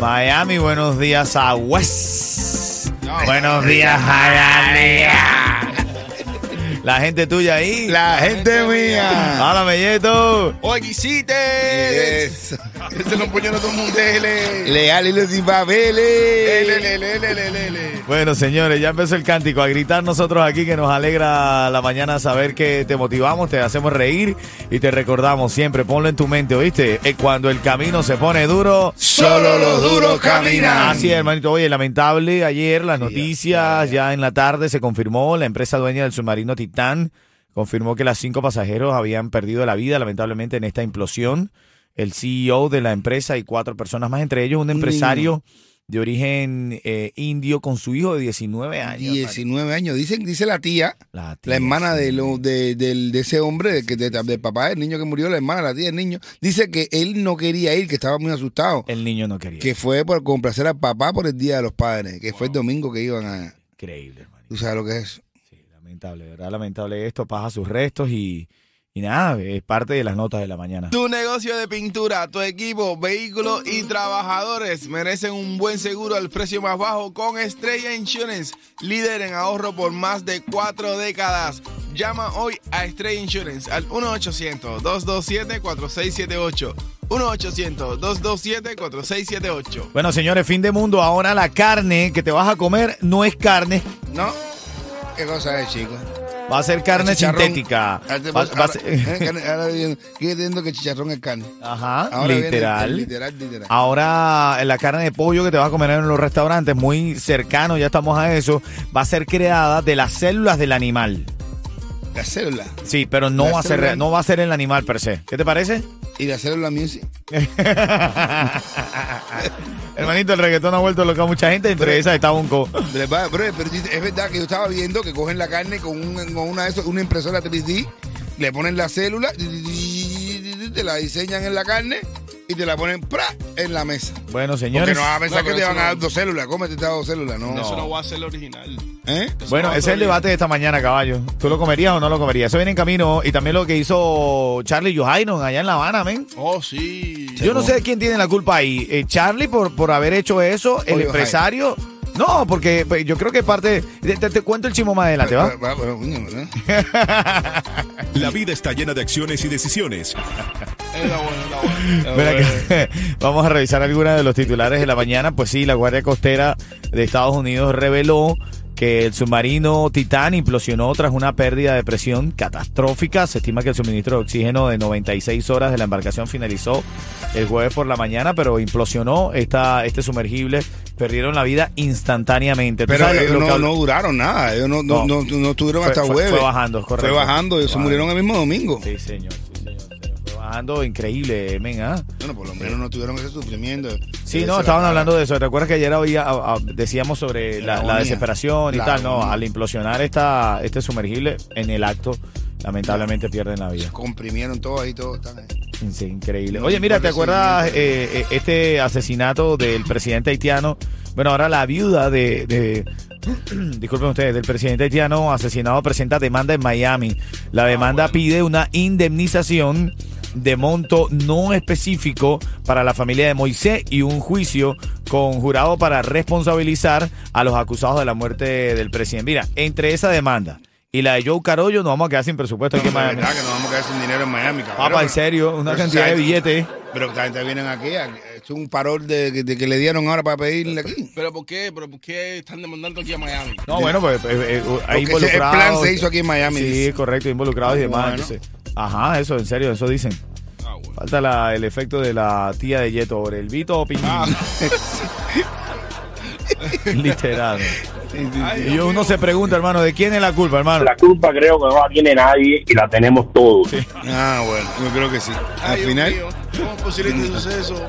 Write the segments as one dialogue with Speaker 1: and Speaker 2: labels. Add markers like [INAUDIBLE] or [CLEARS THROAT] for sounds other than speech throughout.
Speaker 1: Miami, buenos días a West. buenos días Hialeah. La gente tuya ahí.
Speaker 2: La gente mía.
Speaker 1: Hola, Melleto.
Speaker 3: Hoy quisiste.
Speaker 2: Yes.
Speaker 3: [LAUGHS] Ese lo puñó a todo el mundo. Lele.
Speaker 2: Leal y los impapeles.
Speaker 3: Lele, lele, lele, lele.
Speaker 1: Bueno, señores, ya empezó el cántico. A gritar nosotros aquí que nos alegra la mañana saber que te motivamos, te hacemos reír y te recordamos siempre. Ponlo en tu mente, ¿oíste? Eh, Cuando el camino se pone duro.
Speaker 2: Solo los duros caminan.
Speaker 1: Así es, hermanito. Oye, lamentable, ayer las noticias, ya en la tarde se confirmó, la empresa dueña del submarino Titán confirmó que las cinco pasajeros habían perdido la vida, lamentablemente, en esta implosión. El CEO de la empresa y cuatro personas más, entre ellos un empresario de origen eh, indio con su hijo de 19 años. hermano.
Speaker 2: 19 años. Dicen, dice la tía,
Speaker 1: La tía,
Speaker 2: la hermana de,
Speaker 1: sí.
Speaker 2: lo- de, del- de ese hombre, de, que- de- del papá del niño que murió, la hermana, la tía del niño, dice que él no quería ir, que estaba muy asustado.
Speaker 1: El niño no quería.
Speaker 2: Que fue por complacer al papá por el Día de los Padres, que fue el domingo que iban a...
Speaker 1: Increíble, hermano.
Speaker 2: ¿Tú sabes lo que es?
Speaker 1: Sí, lamentable, de ¿verdad? Lamentable esto. Pasa sus restos y, y nada, es parte de las notas de la mañana.
Speaker 3: Tu negocio de pintura, tu equipo, vehículos y trabajadores merecen un buen seguro al precio más bajo con Estrella Insurance, líder en ahorro por más de cuatro décadas. Llama hoy a Estrella Insurance al 1-800-227-4678. 1-800-227-4678.
Speaker 1: Bueno, señores, fin de mundo. Ahora la carne que te vas a comer no es carne,
Speaker 2: ¿No? ¿Qué cosa es, chicos?
Speaker 1: va a ser carne
Speaker 2: Chicharrón.
Speaker 1: sintética.
Speaker 2: Ahora,
Speaker 1: Va- va a
Speaker 2: ahora- eh,
Speaker 1: ser-
Speaker 2: ahora- ahora viene- sigue entendiendo que chicharrón es carne.
Speaker 1: [LAUGHS] Ajá,
Speaker 2: Ahora viene el-
Speaker 1: literal.
Speaker 2: el literal, literal.
Speaker 1: Ahora eh, la carne de pollo que te vas a comer en los restaurantes, muy cercano, ya estamos a eso, va a ser creada de las células del animal.
Speaker 2: La célula.
Speaker 1: Sí, pero no
Speaker 2: Las
Speaker 1: va a ser
Speaker 2: células.
Speaker 1: no va a ser el animal per se. ¿Qué te parece?
Speaker 2: [LAUGHS] Y la célula music.
Speaker 1: Hermanito, el reggaetón ha vuelto loco a mucha gente, entre esas está Unco.
Speaker 2: Pero, va, bro, pero dice- es verdad que yo estaba viendo que cogen la carne con, un- con una, de esos- una impresora 3D, le ponen la célula, te la diseñan en la carne y te la ponen ¡pra! en la mesa.
Speaker 1: Bueno,
Speaker 2: Porque
Speaker 1: señores.
Speaker 2: no vas a pensar
Speaker 3: No,
Speaker 2: que
Speaker 3: pero
Speaker 2: te
Speaker 3: eso
Speaker 2: van a dar
Speaker 3: no-
Speaker 2: dos células, cómete estas dos células, no.
Speaker 3: Eso no va a ser el original.
Speaker 2: ¿Eh?
Speaker 3: Eso
Speaker 1: Bueno,
Speaker 3: no va a
Speaker 1: ese es
Speaker 3: ser
Speaker 1: el debate de esta mañana, caballo. ¿Tú lo comerías o no lo comerías? Eso viene en camino. Y también lo que hizo Charlie Johairon allá en La Habana, men.
Speaker 3: Oh, sí.
Speaker 1: Yo no sé quién tiene la culpa ahí. Eh, Charlie por, por haber hecho eso, el
Speaker 2: Oye,
Speaker 1: empresario. No, porque pues, yo creo que parte. Te, te- te cuento el chismo más adelante, ¿va?
Speaker 2: Va, bueno, coño, ¿verdad?
Speaker 4: La vida está llena de acciones y decisiones.
Speaker 3: Era bueno, era bueno.
Speaker 1: Ven acá. [LAUGHS] Vamos a revisar algunos de los titulares de la mañana. Pues sí, la Guardia Costera de Estados Unidos reveló que el submarino Titán implosionó tras una pérdida de presión catastrófica. Se estima que el suministro de oxígeno de 96 horas de la embarcación finalizó el jueves por la mañana, pero implosionó esta, este sumergible. Perdieron la vida instantáneamente. ¿Tú
Speaker 2: Pero
Speaker 1: sabes lo-
Speaker 2: ellos
Speaker 1: lo que
Speaker 2: no,
Speaker 1: hablo-
Speaker 2: no duraron nada, ellos no, no,
Speaker 1: No.
Speaker 2: no, no estuvieron
Speaker 1: Fue-
Speaker 2: hasta
Speaker 1: fue-
Speaker 2: jueves.
Speaker 1: fue bajando, correcto.
Speaker 2: Fue bajando, ellos se
Speaker 1: Bajando.
Speaker 2: murieron el mismo domingo.
Speaker 1: Sí, señor. Sí, señor, señor. Fue bajando increíble, men, ¿ah?
Speaker 2: Bueno, por lo menos no tuvieron ese sufrimiento.
Speaker 1: Sí,
Speaker 2: Ese
Speaker 1: no,
Speaker 2: la-
Speaker 1: estaban hablando de eso. ¿Te acuerdas que ayer había, a- a- decíamos sobre
Speaker 2: La
Speaker 1: la, la
Speaker 2: agonía.
Speaker 1: desesperación y
Speaker 2: La
Speaker 1: tal? No,
Speaker 2: agonía.
Speaker 1: al implosionar esta, este sumergible en el acto, lamentablemente pierden la vida.
Speaker 2: Comprimieron todo ahí, todo. están ahí.
Speaker 1: Es increíble.
Speaker 2: No
Speaker 1: Oye, mira, ¿te
Speaker 2: importa el
Speaker 1: acuerdas eh,
Speaker 2: sentimiento.
Speaker 1: eh, este asesinato del presidente haitiano? Bueno, ahora la viuda de... de- [CLEARS THROAT] disculpen ustedes, del presidente haitiano asesinado presenta demanda en Miami.
Speaker 2: Ah,
Speaker 1: La demanda pide una indemnización de monto no específico para la familia de Moisés y un juicio con jurado para responsabilizar a los acusados de la muerte del presidente. Mira, entre esa demanda y la de Joe Carollo nos vamos a quedar sin presupuesto aquí en
Speaker 2: No, de
Speaker 1: Miami.
Speaker 2: verdad que nos vamos a quedar sin dinero en Miami, cabrón.
Speaker 1: Papá, en serio, una
Speaker 2: Pero,
Speaker 1: cantidad de
Speaker 2: ¿sabes?
Speaker 1: billetes.
Speaker 2: Pero que esta gente vienen aquí, a- eh, Es un parol de, de que le dieron ahora para pedirle aquí.
Speaker 3: ¿Pero por qué? ¿Pero por qué están demandando aquí a Miami?
Speaker 1: No, bueno, pues eh, eh, hay
Speaker 2: Porque ese- el plan
Speaker 1: involucrados.
Speaker 2: se hizo aquí en Miami,
Speaker 1: Sí,
Speaker 2: dice.
Speaker 1: correcto, involucrados y
Speaker 2: Ah,
Speaker 1: demás.
Speaker 2: bueno.
Speaker 1: entonces. ajá, eso, en serio, eso dicen.
Speaker 3: Ah, bueno.
Speaker 1: Falta la- el efecto de la tía de Yeto sobre el Vito Piñín.
Speaker 3: Ah,
Speaker 1: [LAUGHS] Literal.
Speaker 3: ay,
Speaker 1: Y
Speaker 3: Dios
Speaker 1: uno
Speaker 3: mío.
Speaker 1: se pregunta, hermano, ¿de quién es la culpa, hermano?
Speaker 5: La culpa creo que no la tiene nadie y la tenemos todos.
Speaker 2: Ah, bueno, yo creo que sí. Al
Speaker 3: Ay, Dios
Speaker 2: final,
Speaker 3: mío. ¿Cómo es posible
Speaker 2: [LAUGHS]
Speaker 3: este suceso?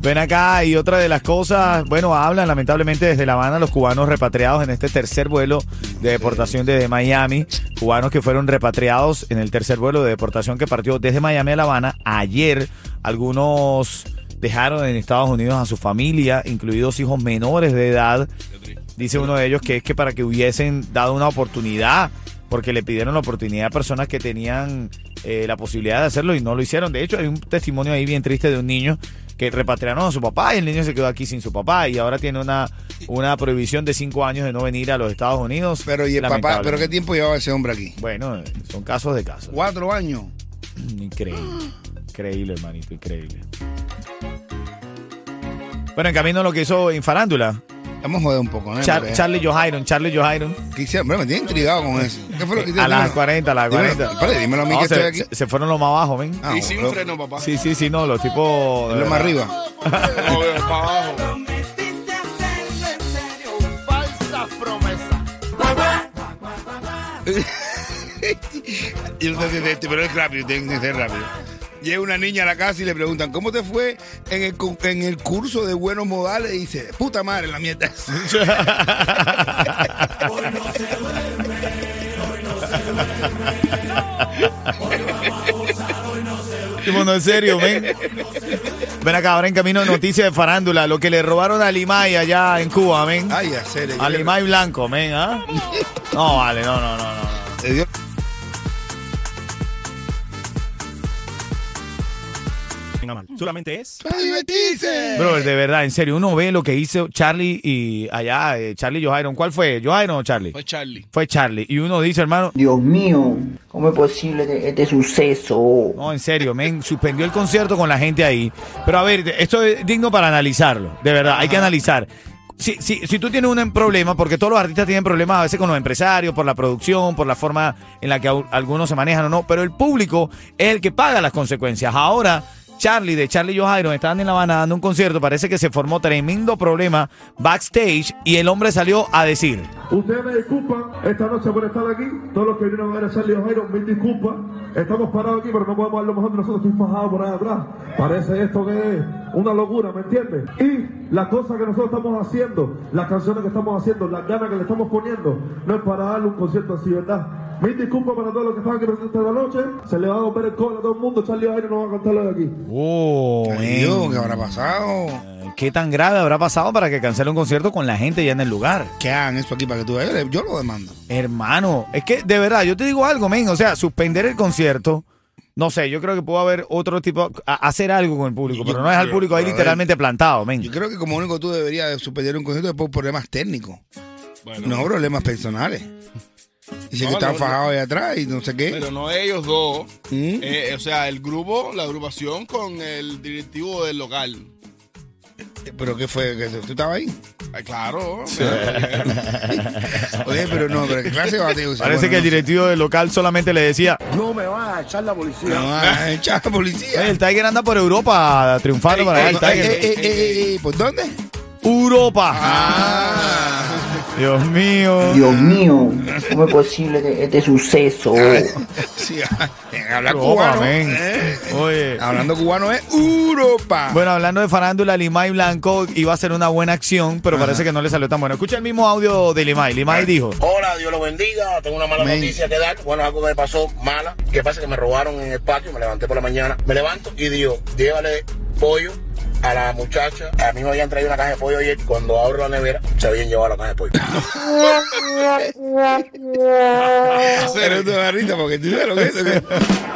Speaker 1: Ven acá y otra de las cosas, bueno, hablan lamentablemente desde La Habana los cubanos repatriados en este tercer vuelo de deportación desde Miami, cubanos que fueron repatriados en el tercer vuelo de deportación que partió desde Miami a La Habana ayer, algunos dejaron en Estados Unidos a su familia, incluidos hijos menores de edad. Dice uno de ellos que es que para que hubiesen dado una oportunidad, porque le pidieron la oportunidad a personas que tenían eh, la posibilidad de hacerlo y no lo hicieron. De hecho, hay un testimonio ahí bien triste de un niño que repatriaron a su papá y el niño se quedó aquí sin su papá y ahora tiene una, una prohibición de cinco años de no venir a los Estados Unidos.
Speaker 2: pero y el papá,
Speaker 1: Lamentable.
Speaker 2: pero qué tiempo llevaba ese hombre aquí.
Speaker 1: Bueno, eh, son casos de casos.
Speaker 2: Cuatro años.
Speaker 1: Increíble. Increíble, hermanito, increíble. Bueno, en camino a lo que hizo Infarándula.
Speaker 2: Vamos a joder un poco, ¿eh?
Speaker 1: Char-
Speaker 2: Porque-
Speaker 1: Charlie Johairon, Charlie Johairon.
Speaker 2: ¿Qué hicieron? Hombre, me tiene intrigado con eso. ¿Qué fue lo que
Speaker 1: Eh, A
Speaker 2: hicieron?
Speaker 1: las 40, a las
Speaker 2: Dímelo,
Speaker 1: 40.
Speaker 2: espérate, dímelo a mí
Speaker 1: No,
Speaker 2: que
Speaker 1: se,
Speaker 2: estoy aquí.
Speaker 1: se- se fueron los más abajo, ven.
Speaker 2: Ah,
Speaker 3: y sin
Speaker 2: bro.
Speaker 3: freno, papá.
Speaker 1: Sí, sí, sí, no, los eh, tipos.
Speaker 2: Lo más arriba.
Speaker 3: No, veo, para abajo.
Speaker 2: Yo no sé si es este, pero es rápido, tiene que ser rápido. Llega una niña a la casa y le preguntan, ¿cómo te fue en el, cu- en el curso de buenos modales? Y dice, puta madre, la mierda.
Speaker 1: [LAUGHS]
Speaker 2: [LAUGHS]
Speaker 1: Tipo, no, en serio, ven. Ven acá, ahora en camino noticias de farándula. Lo que le robaron a Limay allá en Cuba, ven.
Speaker 2: Ay, a serio.
Speaker 1: A Limay Blanco, ven, ¿ah? No, vale, no, no, no, no.
Speaker 2: Le dio-
Speaker 4: Solamente es.
Speaker 2: ¡Para divertirse!
Speaker 1: Bro, de verdad, en serio, uno ve lo que hizo Charlie y allá, eh, Charlie Johairon. ¿Cuál fue? ¿Johairon o Charlie?
Speaker 3: Fue Charlie.
Speaker 1: Fue Charlie. Y uno dice, hermano,
Speaker 6: Dios mío, ¿cómo es posible este, este suceso?
Speaker 1: No, en serio, men, suspendió el concierto con la gente ahí. Pero a ver, esto es digno para analizarlo, de verdad, hay que analizar. Si, si, si tú tienes un em, problema, porque todos los artistas tienen problemas a veces con los empresarios, por la producción, por la forma en la que au- algunos se manejan o no, pero el público es el que paga las consecuencias. Ahora, Charlie de Charlie Johairon estaban en La Habana dando un concierto, parece que se formó tremendo problema backstage y el hombre salió a decir.
Speaker 7: Ustedes me disculpan esta noche por estar aquí. Todos los que vinieron a ver a Charlie O'Hara, mil disculpas. Estamos parados aquí, pero no podemos dar lo mejor de nosotros. Estoy fajado por ahí atrás. Parece esto que es una locura, ¿me entiendes? Y las cosas que nosotros estamos haciendo, las canciones que estamos haciendo, las ganas que le estamos poniendo, no es para darle un concierto así, ¿verdad? Mil disculpas para todos los que estaban aquí presentes esta noche. Se le va a romper el cobre a todo el mundo. Charlie O'Hara no va a cantarlo de aquí.
Speaker 1: Oh,
Speaker 2: Ay, Dios, ¿qué habrá pasado?
Speaker 1: ¿Qué tan grave habrá pasado para que cancele un concierto con la gente ya en el lugar?
Speaker 2: ¿Qué hagan eso aquí para que tú veas? Yo lo demando.
Speaker 1: Hermano, es que de verdad, yo te digo algo, men. O sea, suspender el concierto, no sé, yo creo que puede haber otro tipo, a- hacer algo con el público,
Speaker 2: Yo-
Speaker 1: pero no es al público ahí
Speaker 2: a ver.
Speaker 1: literalmente plantado, men.
Speaker 2: Yo creo que como único tú deberías de suspender un concierto es por problemas técnicos,
Speaker 3: Bueno,
Speaker 2: no problemas personales. Dice
Speaker 3: No,
Speaker 2: que están
Speaker 3: no,
Speaker 2: fajados ahí atrás y no sé qué.
Speaker 3: Pero no ellos dos.
Speaker 2: ¿Mm?
Speaker 3: Eh, o sea, el grupo, la agrupación con el directivo del local.
Speaker 2: ¿Pero qué fue? ¿Que ¿Tú estabas ahí?
Speaker 3: Ah, claro.
Speaker 2: Oye, pero no, pero ¿qué clase de bateo?
Speaker 1: Parece que el directivo del local solamente le decía,
Speaker 2: director... No, ah, echa a la
Speaker 1: "Oye,
Speaker 2: policía.
Speaker 1: el Tiger anda por Europa triunfando para allá, el
Speaker 2: No, eh,
Speaker 1: Tiger.
Speaker 2: eh, eh, eh, eh, ¿Por dónde?
Speaker 1: ¡Europa!
Speaker 2: Ah,
Speaker 1: Dios mío.
Speaker 6: Dios mío, ¿cómo es posible este, este suceso?
Speaker 2: sí, ah, habla
Speaker 1: Europa,
Speaker 2: cubano.
Speaker 1: men.
Speaker 2: eh.
Speaker 1: Oye.
Speaker 2: Hablando cubano es Europa.
Speaker 1: Bueno, hablando de farándula, Limay Blanco iba a hacer una buena acción, pero parece que no le salió tan bueno. Escucha el mismo audio de Limay. Limay dijo.
Speaker 8: Hola, Dios lo bendiga. Tengo una mala
Speaker 2: Amén.
Speaker 8: noticia que dar. Bueno, algo que me pasó mala. ¿Qué pasa? Que me robaron en el patio. Me levanté por la mañana. Me levanto y digo, llévale pollo a la muchacha. A mí me habían traído una caja de pollo ayer. Cuando abro la nevera, se habían llevado la caja de pollo.
Speaker 2: Pero tú barrita, porque tú sabes lo que es. lo que es.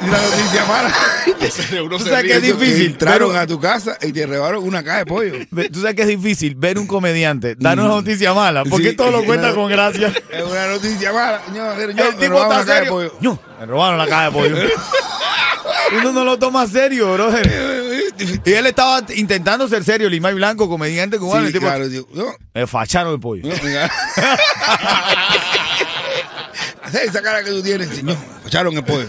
Speaker 2: Una noticia [LAUGHS] mala.
Speaker 1: O sea, que es
Speaker 2: Eso, que
Speaker 1: difícil.
Speaker 2: Entraron
Speaker 1: pero-
Speaker 2: a tu casa y te rebaron una caja de pollo.
Speaker 1: Ve- Tú sabes que es difícil ver un comediante dar una noticia mala, porque
Speaker 2: Mm. Sí, Eh,
Speaker 1: todo lo
Speaker 2: sí,
Speaker 1: cuenta
Speaker 2: [LAUGHS] no.
Speaker 1: con gracia.
Speaker 2: Es una noticia mala. No, pero yo,
Speaker 1: El
Speaker 2: me
Speaker 1: tipo
Speaker 2: robaron
Speaker 1: está
Speaker 2: una caja de
Speaker 1: serio.
Speaker 2: pollo. [LAUGHS]
Speaker 1: Ñu, Me robaron la caja de pollo. Uno no lo toma serio, brother. Y él estaba intentando ser serio, Lima y Blanco, comediante cubano. el
Speaker 2: Sí,
Speaker 1: tipo,
Speaker 2: claro, Eh, digo, no,
Speaker 1: Me facharon el pollo.
Speaker 2: no, pues, [LAUGHS] venga. Hacer esa cara que tú tienes, señor. Me Echaron el pollo.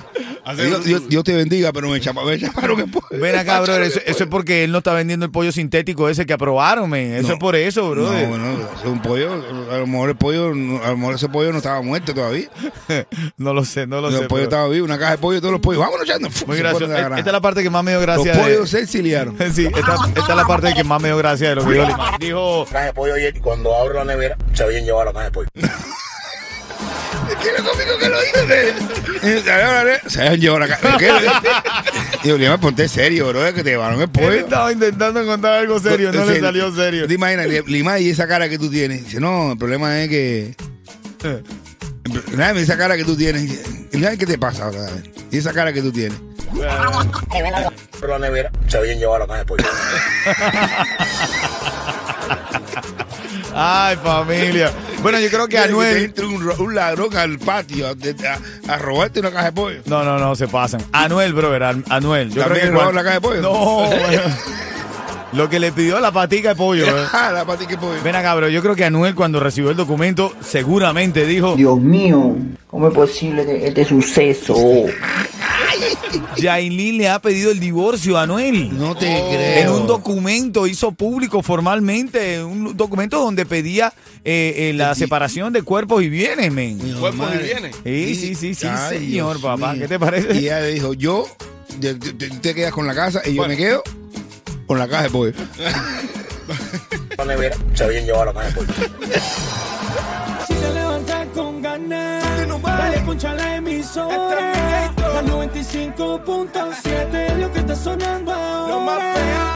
Speaker 2: Dios, Dios- Dios te bendiga, pero me, chapa, me echaron el pollo.
Speaker 1: Ven acá,
Speaker 2: Me
Speaker 1: bro.
Speaker 2: echaron
Speaker 1: Eso,
Speaker 2: el
Speaker 1: eso es porque él no está vendiendo el pollo sintético ese que aprobaron, men. Eso
Speaker 2: No.
Speaker 1: es por eso, bro.
Speaker 2: [LAUGHS] No, bueno, es un pollo. A lo mejor el pollo, no- a lo mejor ese pollo no estaba muerto todavía.
Speaker 1: [LAUGHS] No lo sé, no lo
Speaker 2: el
Speaker 1: sé.
Speaker 2: pollo
Speaker 1: pero-
Speaker 2: estaba vivo, una caja de pollo y todos los pollos. Vámonos echando.
Speaker 1: Muy gracioso. Eh, Esta es la parte que más me dio
Speaker 2: Los
Speaker 1: gracia. de-
Speaker 2: pollos se exiliaron.
Speaker 1: [LAUGHS] Sí, esta, esta es la parte que más me dio gracia de lo que dijo Lima. Dijo,
Speaker 8: Caja de pollo ayer, cuando abro la nevera, se habían llevado la caja de pollo.
Speaker 2: ¿Qué es lo cómico que lo dices? Se han llevado la caja. ¿Qué?
Speaker 1: [LAUGHS]
Speaker 2: Digo, Lima, ponte serio, bro, que te llevaron el
Speaker 1: él
Speaker 2: pollo.
Speaker 1: estaba intentando contar algo serio, no le
Speaker 2: Sí.
Speaker 1: salió serio.
Speaker 2: ¿Te imaginas, Li- Lima y esa cara que tú tienes? Dice, no, el problema es que. Nada, esa cara que tú tienes. Lima, ¿qué te pasa ahora? A ver, Y esa cara que tú tienes.
Speaker 8: Abro la nevera, se habían llevado la caja de pollo.
Speaker 1: Ay, familia. Bueno, yo creo que
Speaker 2: Te
Speaker 1: Anuel...
Speaker 2: entre un, ro- un ladrón al patio a, a- a robarte una caja
Speaker 1: [LAUGHS]
Speaker 2: de pollo.
Speaker 1: No, no, no, se pasan. Anuel, brother, An- Anuel. Yo creo que
Speaker 2: ¿También robaron
Speaker 1: cuan-
Speaker 2: la caja de pollo?
Speaker 1: No, bueno. Lo que le pidió la patica de pollo, eh.
Speaker 2: Ah, la pati que pollo.
Speaker 1: Ven acá, bro. Yo creo que Anuel cuando recibió el documento seguramente dijo,
Speaker 6: Dios mío, ¿cómo es posible de- este suceso?
Speaker 1: Yailin le ha pedido el divorcio a Anuel.
Speaker 2: No te
Speaker 1: En
Speaker 2: creo.
Speaker 1: un documento hizo público formalmente, un documento donde pedía eh, eh, la separación de cuerpos y bienes, men.
Speaker 3: Cuerpos y bienes.
Speaker 1: Sí, sí, sí, sí,
Speaker 2: Ay,
Speaker 1: señor,
Speaker 2: Dios
Speaker 1: papá.
Speaker 2: mío.
Speaker 1: ¿Qué te parece?
Speaker 2: Y ella le dijo, yo, te, te- te quedas con la casa y yo me quedo con la caja de pollo.
Speaker 8: La nevera, se habían llevado la caja de pollo.
Speaker 9: Si te levantas con ganas, dale poncha la emisora. La 95.7 es lo que está sonando ahora.